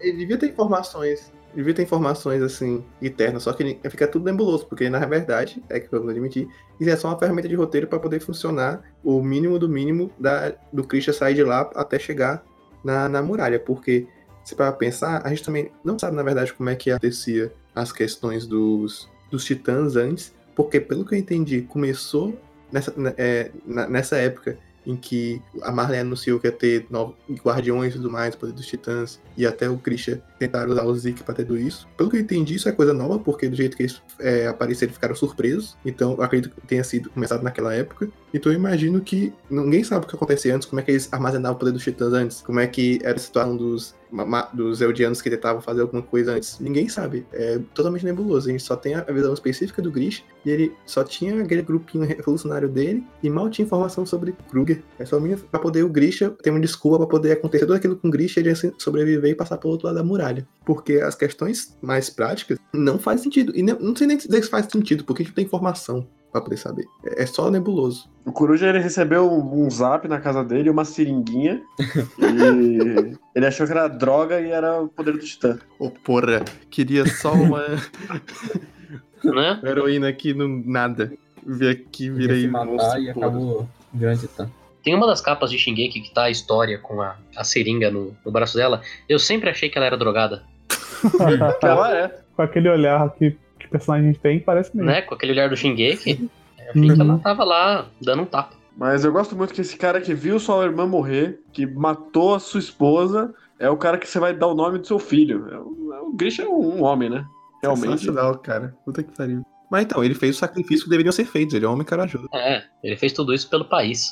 Ele devia ter informações. Devia ter informações assim, internas, só que ele- fica tudo nebuloso, porque na verdade, é que vamos admitir, isso é só uma ferramenta de roteiro pra poder funcionar o mínimo do mínimo da, do Christian sair de lá até chegar na, na muralha, porque se para pensar, a gente também não sabe na verdade como é que acontecia as questões dos, dos titãs antes, porque pelo que eu entendi, começou nessa, né, é, na- nessa época em que a Marley anunciou que ia ter novos guardiões e tudo mais, poder dos titãs, e até o Christian tentaram usar o Zeke pra ter tudo isso. Pelo que eu entendi, isso é coisa nova, porque do jeito que eles é, apareceram, ficaram surpresos. Então, eu acredito que tenha sido começado naquela época. Então, eu imagino que ninguém sabe o que acontecia antes, como é que eles armazenavam o poder dos titãs antes, como é que era a situação dos, ma- ma- dos Eldianos que tentavam fazer alguma coisa antes. Ninguém sabe. É totalmente nebuloso. A gente só tem a a visão específica do Grish, e ele só tinha aquele grupinho revolucionário dele, e mal tinha informação sobre Kruger. É só minha pra poder o Grisha ter uma desculpa pra poder acontecer tudo aquilo com o Grisha, ele ia se- sobreviver e passar pelo outro lado da muralha. Porque as questões mais práticas não faz sentido. E nem- não sei nem dizer se faz sentido, porque a gente não tem informação. pra poder saber. É é só nebuloso. O Coruja ele recebeu um um zap na casa dele, uma seringuinha. e ele achou que era droga e era o poder do Titã. Ô, porra, queria só uma Né? heroína aqui no nada. Vi aqui, Queria virei se monstro, matar e porra. acabou grande tá? titã. Tem uma das capas de Shingeki que tá a história com a, a seringa no, no braço dela. Eu sempre achei que ela era drogada, Que Ah, ela é. Com aquele olhar que, que personagem tem, parece mesmo. né? Com aquele olhar do Shingeki. Eu achei que é, Uhum. ela tava lá dando um tapa. Mas eu gosto muito que esse cara que viu sua irmã morrer, que matou a sua esposa, é o cara que você vai dar o nome do seu filho. É o, é o Grisha é um homem, né? Realmente. Sensacional, cara. Puta que pariu. Mas então, ele fez o sacrifício que deveriam ser feitos. Ele é um homem corajoso. É, ele fez tudo isso pelo país.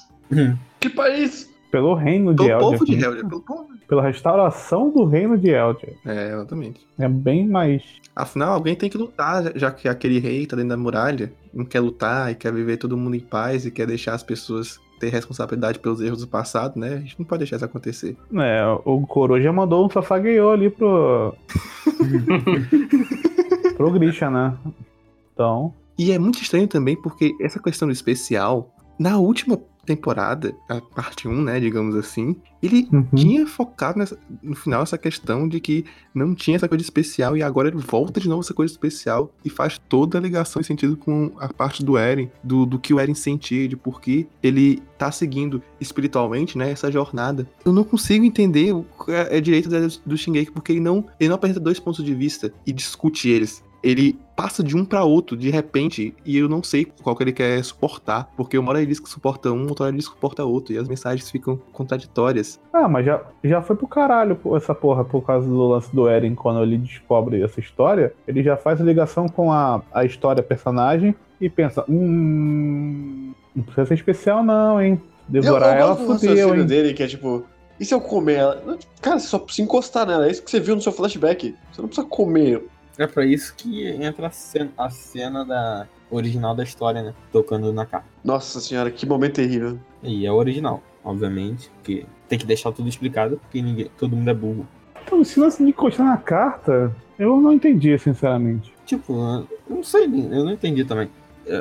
Que país! Pelo reino de Pelo povo de Eldia. assim. Helder. Pelo povo. Pela restauração do reino de Eldia. É, exatamente. É bem mais. Afinal, alguém tem que lutar, já- já que aquele rei tá dentro da muralha, não quer lutar e quer viver todo mundo em paz e quer deixar as pessoas ter responsabilidade pelos erros do passado, né? A gente não pode deixar isso acontecer. É, o Coro já mandou um safagueio ali pro. pro Grisha, né? Então. E é muito estranho também porque essa questão do especial, na última temporada, a parte 1, né, digamos assim, ele uhum. tinha focado nessa- no final essa questão de que não tinha essa coisa especial e agora ele volta de novo essa coisa especial e faz toda a ligação e sentido com a parte do Eren, do, do que o Eren sentia, de por que ele tá seguindo espiritualmente, né, essa jornada. Eu não consigo entender o que é é direito da- do Shingeki porque ele não, ele não apresenta dois pontos de vista e discute eles. Ele passa de um pra outro de repente e eu não sei qual que ele quer suportar, porque uma hora ele diz que suporta um, outra hora ele diz que suporta outro e as mensagens ficam contraditórias. Ah, mas já, já foi pro caralho pô, essa porra, por causa do lance do Eren, quando ele descobre essa história, ele já faz a ligação com a, a história personagem e pensa, hum. Não precisa ser especial, não, hein? Devorar eu, eu ela gosto do raciocínio fudeu, hein? dele, que é tipo, e se eu comer ela? tipo, Cara, você só precisa encostar nela, é isso que você viu no seu flashback. Você não precisa comer. É pra isso que entra a cena, a cena da original da história, né? Tocando na capa. Nossa senhora, que momento terrível. E é original, obviamente, porque tem que deixar tudo explicado, porque ninguém, todo mundo é burro. Então, esse lance de encostar na carta, eu não entendi, sinceramente. Tipo, eu não sei, eu não entendi também.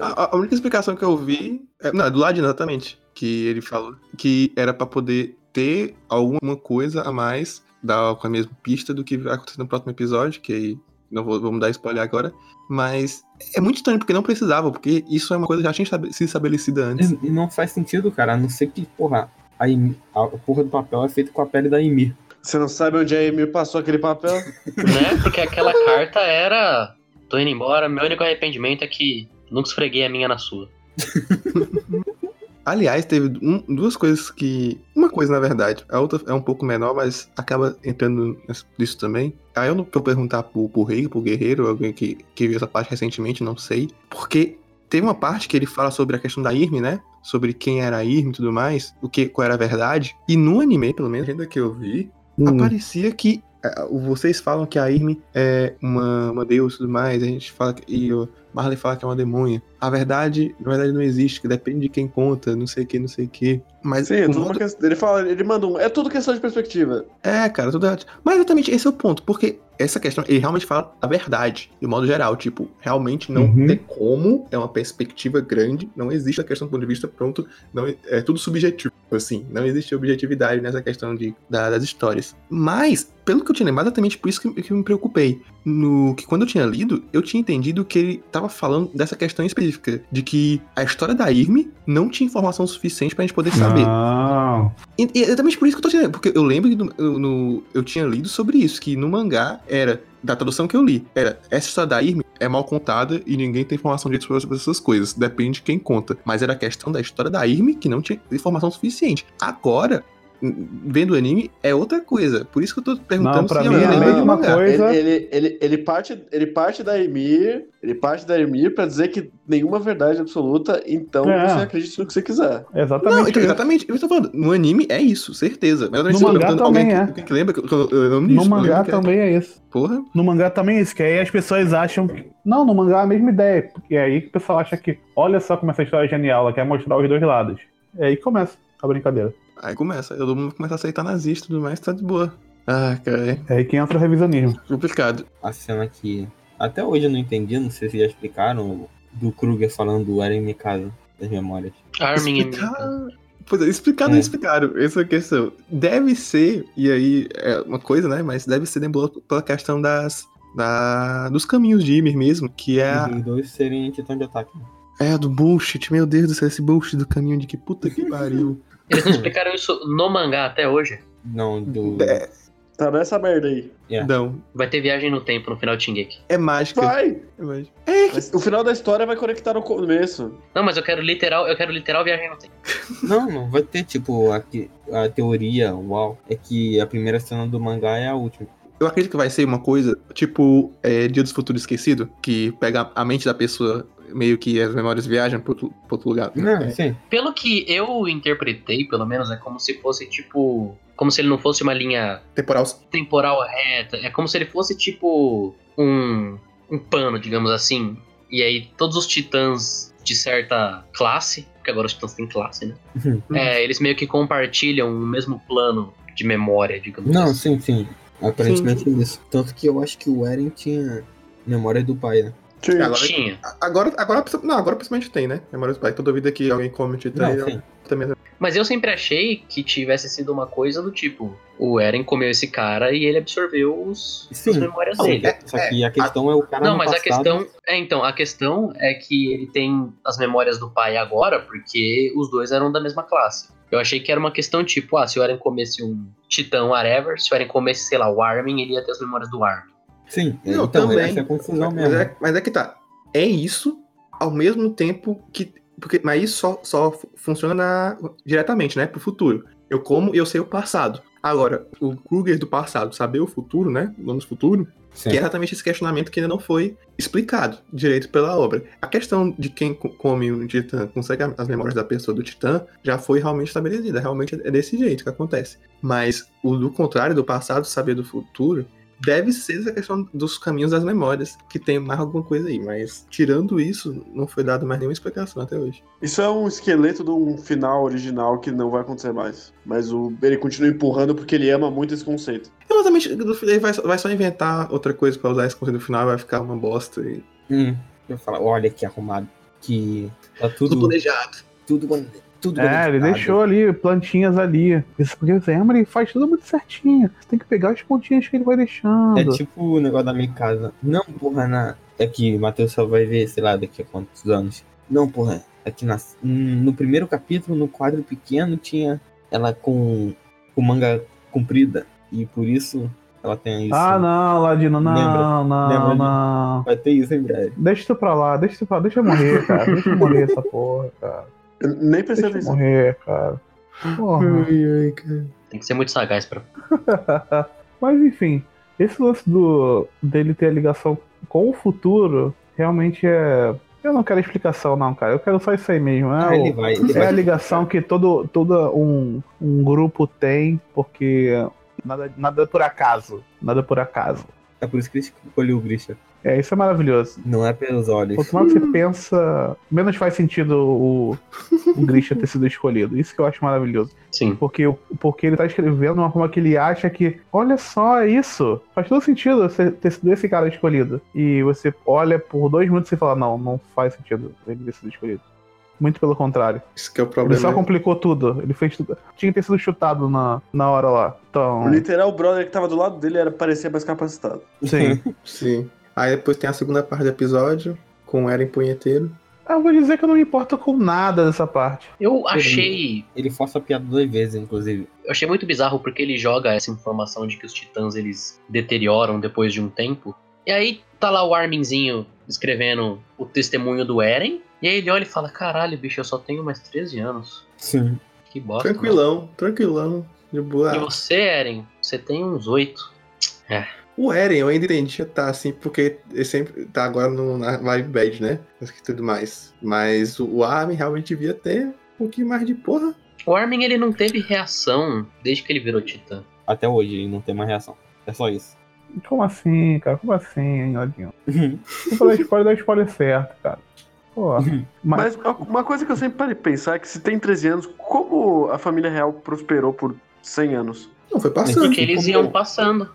A, a única explicação que eu vi. É, não, é do Ladino, exatamente. Que ele falou que era pra poder ter alguma coisa a mais da, com a mesma pista do que vai acontecer no próximo episódio, que aí não vou, vamos dar spoiler agora. Mas é muito estranho, porque não precisava, porque isso é uma coisa que já tinha estabe- se estabelecida antes. E, e não faz sentido, cara, a não ser que, porra, a, Ymir- a porra do papel é feita com a pele da Ymir. Você não sabe onde a Emir passou aquele papel? É Né? Porque aquela carta era. Tô indo embora, meu único arrependimento é que nunca esfreguei a minha na sua. Aliás, teve um- duas coisas que. Uma coisa, na verdade. A outra é um pouco menor, mas acaba entrando ness- nisso também. Aí eu não vou perguntar pro, pro rei, pro guerreiro, alguém que, que viu essa parte recentemente, não sei. Porque teve uma parte que ele fala sobre a questão da Irme, né? Sobre quem era a Irme e tudo mais, o que, qual era a verdade. E no anime, pelo menos, ainda que eu vi, Hum. Aparecia que ah, vocês falam que a Irme é uma, uma deusa e tudo mais, a gente fala que, e o Marley fala que é uma demônia. A verdade, na verdade, não existe, que depende de quem conta, não sei o que, não sei o que. Mas Sim, é o tudo uma modo- questão. Ele fala, ele manda um. É tudo questão de perspectiva. é, cara, tudo errado. Mas exatamente esse é o ponto, porque essa questão, ele realmente fala a verdade, de modo geral, tipo, realmente não Uhum. tem como, é uma perspectiva grande, não existe a questão do ponto de vista, pronto, não, é tudo subjetivo, assim, não existe objetividade nessa questão de, da- das histórias. Mas, pelo que eu tinha lembrado, é exatamente por isso que, que eu me preocupei, no que quando eu tinha lido, eu tinha entendido que ele tava falando dessa questão específica, de que a história da Irme não tinha informação suficiente pra gente poder saber. Não. E, e é exatamente por isso que eu tô dizendo, porque eu lembro que no, no- eu tinha lido sobre isso, que no mangá era, da tradução que eu li, era essa história da Irme é mal contada e ninguém tem informação direito sobre sobre essas coisas, depende de quem conta. Mas era a questão da história da Irme que não tinha informação suficiente. Agora, n- vendo o anime, é outra coisa. Por isso que eu tô perguntando Não, pra se mim eu é a lembro do mesma mangá. coisa. Ele, ele, ele, ele parte, ele parte da Emir, ele parte da Emir pra dizer que nenhuma verdade absoluta, então É. você acredita no que você quiser. Exatamente. Não, então, isso. exatamente. Eu tô falando, no anime é isso, certeza. Mas eu No tô mangá perguntando também alguém é. que- alguém que lembra que eu, que eu, eu não me No lembro mangá que é. também é isso. Porra. No mangá também é isso, que aí as pessoas acham. que- Não, no mangá é a mesma ideia. Porque é aí que o pessoal acha que, olha só como essa história é genial, ela quer mostrar os dois lados. É aí que começa a brincadeira. Aí começa, todo mundo começa a aceitar nazista e tudo mais, tá de boa. Ah, cara, é É aí que entra o revisionismo. complicado. A cena que até hoje eu não entendi, não sei se já explicaram, do Kruger falando do Eren Mikasa, das memórias. Armin Explicar- Pois é, explicar não É. explicaram, essa é a questão. Deve ser, e aí é uma coisa, né? Mas deve ser demorado pela questão das, da, dos caminhos de Ymir mesmo, que é, a- E Os dois serem titã de ataque. é a do bullshit. Meu Deus do céu, esse bullshit do caminho de que puta que pariu. Eles não explicaram isso no mangá até hoje. Não, do. É, Tá nessa merda aí. É. não, Vai ter viagem no tempo no final de Shingeki. é mágica. Vai! É mágica. Mas o final da história vai conectar no começo. Não, mas eu quero literal, eu quero literal viagem no tempo. Não, não, vai ter, tipo, a, que- a teoria, uau, é que a primeira cena do mangá é a última. Eu acredito que vai ser uma coisa tipo é, Dia dos Futuros Esquecido, que pega a mente da pessoa, meio que as memórias viajam pra outro, pra outro lugar. Não, sim. Pelo que eu interpretei, pelo menos, é como se fosse tipo. Como se ele não fosse uma linha Temporal. temporal reta. É como se ele fosse tipo um, um pano, digamos assim. E aí todos os titãs de certa classe, porque agora os titãs têm classe, né? Uhum. É, eles meio que compartilham o mesmo plano de memória, digamos Não, assim. sim, sim. Aparentemente é isso. Tanto que eu acho que o Eren tinha memória do pai, né? Sim. Agora- Tinha. Agora, agora, não, agora principalmente tem, né? Memórias do pai. Toda vida que alguém come titã, Não, ele sim. também Mas eu sempre achei que tivesse sido uma coisa do tipo: o Eren comeu esse cara e ele absorveu os, Sim. as memórias Só dele. que- Só que a questão é o cara Não, no mas a passado- questão. É, então, a questão é que ele tem as memórias do pai agora, porque os dois eram da mesma classe. Eu achei que era uma questão tipo, ah, se o Eren comesse um Titã whatever, se o Eren comesse, sei lá, o Armin, ele ia ter as memórias do Armin. Sim, Não, então, também. essa é a confusão mas, mesmo. é, mas é que tá. É isso, ao mesmo tempo que. Porque, mas isso só, só fu- funciona na- diretamente, né? Pro futuro. Eu como e eu sei o passado. Agora, o Kruger do passado saber o futuro, né? O nome do futuro, Sim. que é exatamente esse questionamento que ainda não foi explicado direito pela obra. A questão de quem co- come um titã consegue a- as memórias da pessoa do titã já foi realmente estabelecida. Realmente é desse jeito que acontece. Mas o do contrário, do passado saber do futuro, deve ser essa questão dos caminhos das memórias, que tem mais alguma coisa aí. Mas tirando isso, não foi dado mais nenhuma explicação até hoje. Isso é um esqueleto de um final original que não vai acontecer mais. Mas o, ele continua empurrando porque ele ama muito esse conceito. Exatamente, ele vai, só- vai só inventar outra coisa pra usar esse conceito final, vai ficar uma bosta e Hum, eu falo, olha que arrumado. Que tá tudo. tudo planejado. Tudo, tudo, tudo É, ele conectado. deixou ali plantinhas ali. Isso porque você lembra, ele faz tudo muito certinho. Você tem que pegar as pontinhas que ele vai É deixando. tipo o negócio da minha casa. Não, porra, na... é que o Matheus só vai ver, sei lá, daqui a quantos anos. Não, porra, aqui na... hum, no primeiro capítulo, no quadro pequeno, tinha ela com, com manga comprida. E por isso ela tem isso. ah, não, Ladino, não, Lembra? não, Lembra, não. Vai ter isso em breve. Deixa isso pra lá, deixa isso pra lá, deixa eu morrer, cara. Deixa eu morrer essa porra, cara. Eu nem prestei Deixa eu atenção. morrer, cara. Porra. Tem que ser muito sagaz pra. Mas enfim, esse lance do dele ter a ligação com o futuro realmente é. Eu não quero explicação, não, cara. Eu quero só isso aí mesmo. É, Ah, ele o- vai, ele é a vai. ligação que todo, todo um, um grupo tem, porque nada, nada é por acaso. Nada por acaso. É por isso que ele escolheu o Grisha. É, isso é maravilhoso. Não é pelos olhos. Quanto mais você pensa, menos faz sentido o, o Grisha ter sido escolhido. Isso que eu acho maravilhoso. Sim. Porque, o- porque ele tá escrevendo de uma forma que ele acha que, olha só, é isso. Faz todo sentido você ter sido esse cara escolhido. E você olha por dois minutos e fala, não, não faz sentido ele ter sido escolhido. Muito pelo contrário. Isso que é o Ele problema. só complicou tudo. Ele fez tudo. Tinha que ter sido chutado na, na hora lá. Então, O literal brother que tava do lado dele era parecia mais capacitado. sim. Sim. Aí depois tem a segunda parte do episódio, com o Eren punheteiro. "Ah, Eu vou dizer que eu não me importo com nada dessa parte. Eu achei. Ele força a piada duas vezes, inclusive. Eu achei muito bizarro porque ele joga essa informação de que os titãs eles deterioram depois de um tempo. E aí tá lá o Arminzinho escrevendo o testemunho do Eren. E aí ele olha e fala: caralho, bicho, eu só tenho mais 13 anos. Sim. Que bosta. mano." Tranquilão, tranquilão, de boa. E você, Eren, você tem uns oito. O Eren, eu ainda entendi tá assim, porque ele sempre tá agora no, na Live Bad, né? Mas que tudo mais. Mas o- o Armin realmente devia ter um pouquinho mais de porra. O Armin, ele não teve reação desde que ele virou Titã. Até hoje ele não tem mais reação. É só isso. Como assim, cara? Como assim, hein, Odinho? Se for dar spoiler, dá spoiler certo, cara. Pô. Mas, Mas uma- uma coisa que eu sempre parei de pensar é que se tem 13 anos, como a família real prosperou por 100 anos? Não, foi passando. Porque eles iam passando.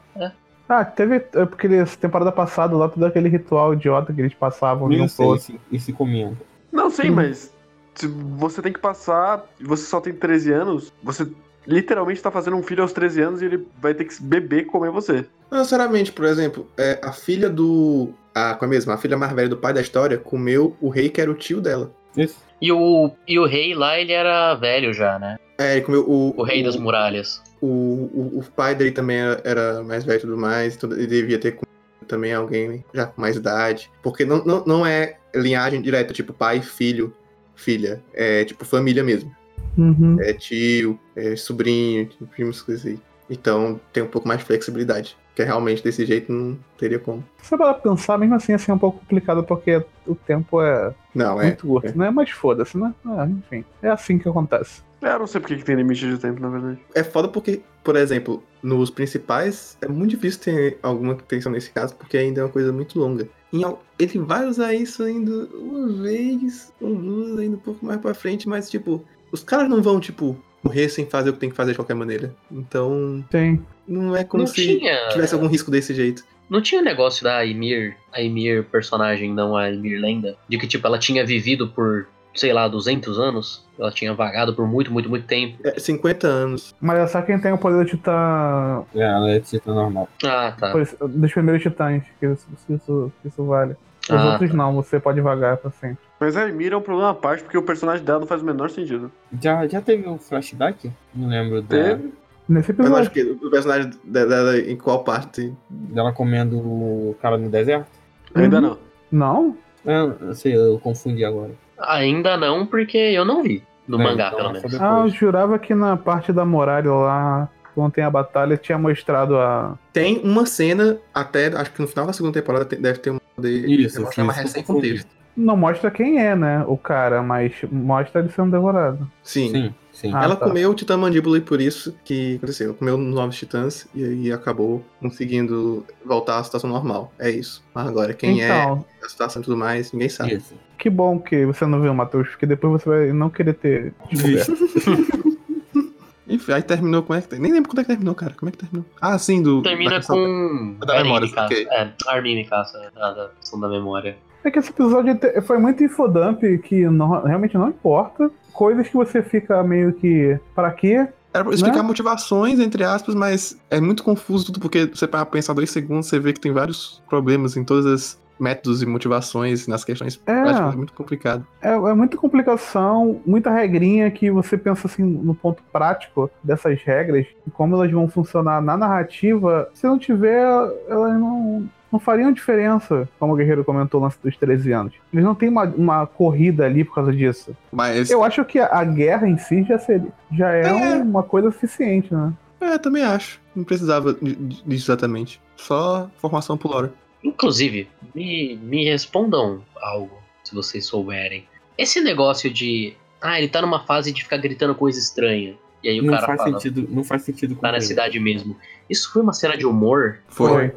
Ah, teve. É porque eles, temporada passada lá, todo aquele ritual idiota que eles passavam um Não no sei poço. se, e se comiam. Não, sim, mas se você tem que passar, e você só tem 13 anos, você literalmente tá fazendo um filho aos 13 anos e ele vai ter que beber e comer você. Não, sinceramente, por exemplo, é, a filha do. Ah, com a mesma, a filha mais velha do pai da história comeu o rei que era o tio dela. Isso. E o, e o rei lá, ele era velho já, né? É, ele comeu o. O rei das muralhas. O, o, o pai dele também era, era mais velho e tudo mais, tudo- ele devia ter comido também alguém já com mais idade. Porque não, não, não é linhagem direta, tipo pai, filho, filha. É tipo família mesmo. Uhum. É tio, é sobrinho, tipo, primos, coisas assim. Então tem um pouco mais de flexibilidade. Porque realmente desse jeito não teria como. Se você parar pra pensar, mesmo assim, assim, é um pouco complicado porque o tempo é Não, é. muito curto, né? Mas foda-se, né? Ah, enfim, é assim que acontece. É, Eu não sei porque que tem limite de tempo, na verdade. É foda porque, por exemplo, nos principais é muito difícil ter alguma tensão nesse caso, porque ainda é uma coisa muito longa. Em al- ele vai usar isso ainda uma vez, ou duas ainda um pouco mais pra frente, mas tipo, os caras não vão, tipo, morrer sem fazer o que tem que fazer de qualquer maneira. Então, Tem. não é como não se tinha. tivesse algum risco desse jeito. Não tinha o negócio da Aimir, Aimir personagem, não a Aimir lenda, de que tipo ela tinha vivido por, sei lá, 200 anos, ela tinha vagado por muito, muito, muito tempo. É, 50 anos. Mas é só quem tem o poder de titã É, ela é titã normal. Ah, tá. Por isso, dos primeiros titãs, que isso, que isso, que isso vale. Os Ah, outros não, você pode vagar pra sempre. Mas a Emira é um problema à parte, porque o personagem dela não faz o menor sentido. Já, já teve um flashback? Não lembro dela, Teve. Nesse Mas eu episódio, acho que o personagem de- dela em qual parte? dela comendo o cara no deserto? Ainda não. não? Ah, não sei, eu confundi agora. Ainda não, porque eu não vi. No É, mangá, então pelo é só menos. depois. Ah, eu jurava que na parte da muralha lá, quando tem a batalha, tinha mostrado a. Tem uma cena, até acho que no final da segunda temporada tem- deve ter um poder Isso, mostrar sim, mais isso recém eu confundi. contexto. Não mostra quem é, né? O cara, mas mostra ele sendo devorado. Sim. Sim, sim. Ah, Ela tá. comeu o Titã Mandíbula e por isso que aconteceu. Ela Comeu novos titãs e aí acabou conseguindo voltar à situação normal. É isso. Mas agora, quem então, é a situação e tudo mais, ninguém tá. sabe. Isso. que bom que você não viu, Matheus, porque depois você vai não querer ter descoberto. Enfim, aí terminou como é que. Nem lembro quando é que terminou, cara. Como é que terminou? Ah, sim, do. da Termina questão- com. Da memória, Armin ok. Mikasa. É, Armin Mikasa, da, da questão da memória. É que esse episódio te- foi muito infodump, que não- realmente não importa. Coisas que você fica meio que. Pra quê? Era pra explicar né? motivações, entre aspas, mas é muito confuso tudo, porque você para pensar dois segundos, você vê que tem vários problemas em todas as métodos e motivações nas questões É. práticas. É muito complicado. É, é muita complicação, muita regrinha que você pensa assim no ponto prático dessas regras e como elas vão funcionar na narrativa. Se não tiver, elas não, não fariam diferença, como o Guerreiro comentou no lance dos 13 anos. Eles não têm uma, uma corrida ali por causa disso. Mas. Eu acho que a, a guerra em si já, seria, já é, É. uma coisa suficiente, né? É, também acho. Não precisava de- de- disso exatamente. Só formação pro Lore. Inclusive, me, me respondam algo, se vocês souberem. Esse negócio de. Ah, ele tá numa fase de ficar gritando coisa estranha. E aí o Não cara faz, fala, sentido, não faz sentido tá na comigo. cidade mesmo. Isso foi uma cena de humor? Sim,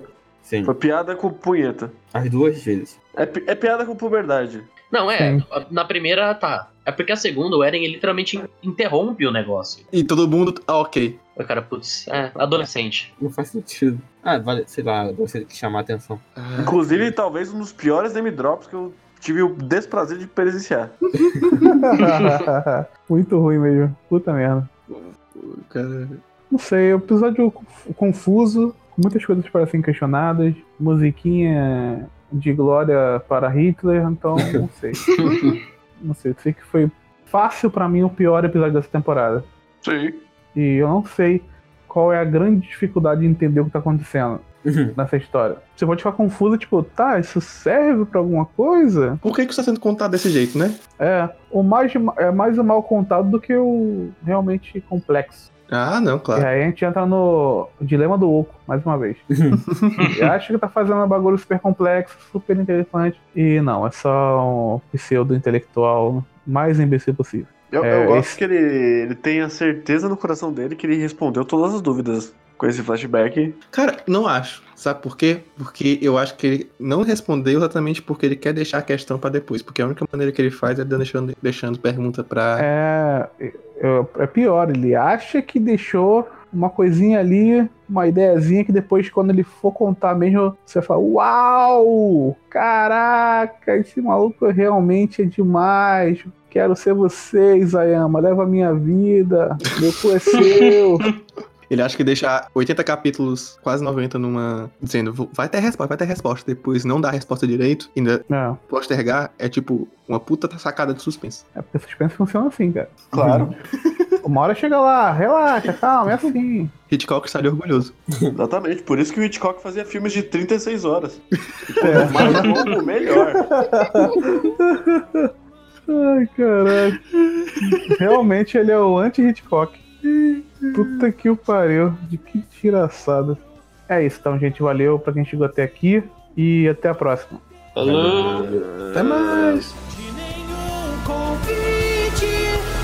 Uhum. Foi piada com punheta. as duas vezes. É, pi- é piada com puberdade. Não, é. Sim. a- Na primeira, tá. É porque a segunda, o Eren, ele literalmente in- interrompe o negócio. E todo mundo. Ah, ok. O cara, putz, é, adolescente. Não faz sentido. Ah, vale, sei lá, você tem que chamar a atenção. Ah, Inclusive, talvez um dos piores name drops que eu tive o desprazer de presenciar. Muito ruim mesmo. Puta merda. Cara, Não sei, é um episódio conf- confuso, com muitas coisas para serem questionadas, musiquinha de glória para Hitler, então não sei. não sei, sei que foi fácil para mim o pior episódio dessa temporada. Sim. E eu não sei qual é a grande dificuldade de entender o que tá acontecendo nessa história. Você pode ficar confuso, tipo, tá, isso serve para alguma coisa? Por que que isso tá sendo contado desse jeito, né? É, o mais, é mais o mal contado do que o realmente complexo. Ah, não, E claro. aí a gente entra no dilema do oco, mais uma vez. e acha que tá fazendo um bagulho super complexo, super interessante. E não, é só um pseudo-intelectual mais imbecil possível. Eu, É, eu gosto esse- que ele, ele tem a certeza no coração dele que ele respondeu todas as dúvidas com esse flashback. Cara, não acho. Sabe por quê? Porque eu acho que ele não respondeu exatamente porque ele quer deixar a questão pra depois. Porque a única maneira que ele faz é deixando, deixando pergunta pra. É, é, é pior, ele acha que deixou uma coisinha ali, uma ideiazinha que depois, quando ele for contar mesmo, você fala: Uau! Caraca, esse maluco realmente é demais. Quero ser você, Isayama. Leva a minha vida. Meu cu é seu. Ele acha que deixar 80 capítulos, quase 90, numa. dizendo, "Vou- vai ter resposta, vai ter resposta. Depois não dá a resposta direito, ainda Não. postergar é tipo uma puta sacada de suspense. É porque suspense funciona assim, cara. Claro. Uma hora chega lá, relaxa, calma, é assim. Hitchcock estaria orgulhoso. Exatamente. Por isso que o Hitchcock fazia filmes de 36 horas. É. Mais longo, melhor. Ai, caralho. Realmente ele é o anti-Hitchcock. Puta que o pariu. De que tiraçada. É isso, então, gente. Valeu pra quem chegou até aqui. E até a próxima. Até mais! de nenhum Um convite.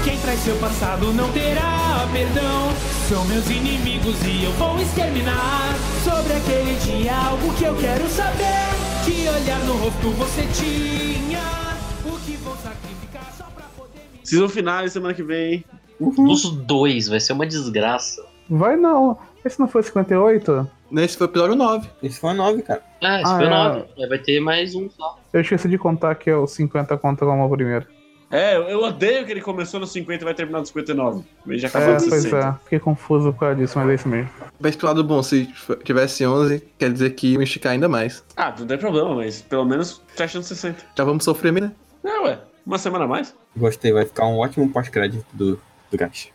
Quem traz seu passado não terá perdão. São meus inimigos e eu vou exterminar. Sobre aquele dia, algo que eu quero saber. Que olhar no rosto você tinha. O que vou sacrificar só pra poder me. Season finale semana que vem. Dos dois, vai ser uma desgraça. Vai não. Esse não foi 58? Esse foi o episódio 9. Esse foi o 9, cara. Ah, esse Ah, foi é. o nove. É, Vai ter mais um só. Eu esqueci de contar que é o 50 conta como o primeiro. É, eu odeio que ele começou no 50 e vai terminar no 59. Ele já acabou É, no pois 60. é. Fiquei confuso por causa disso, mas é isso mesmo. Mas pelo lado bom, se f- tivesse 11, quer dizer que iam esticar ainda mais. Ah, não tem problema, mas pelo menos tá fecha no 60. Já vamos sofrer, né? É, ué. Uma semana a mais? Gostei, vai ficar um ótimo pós-crédito do, do Gás.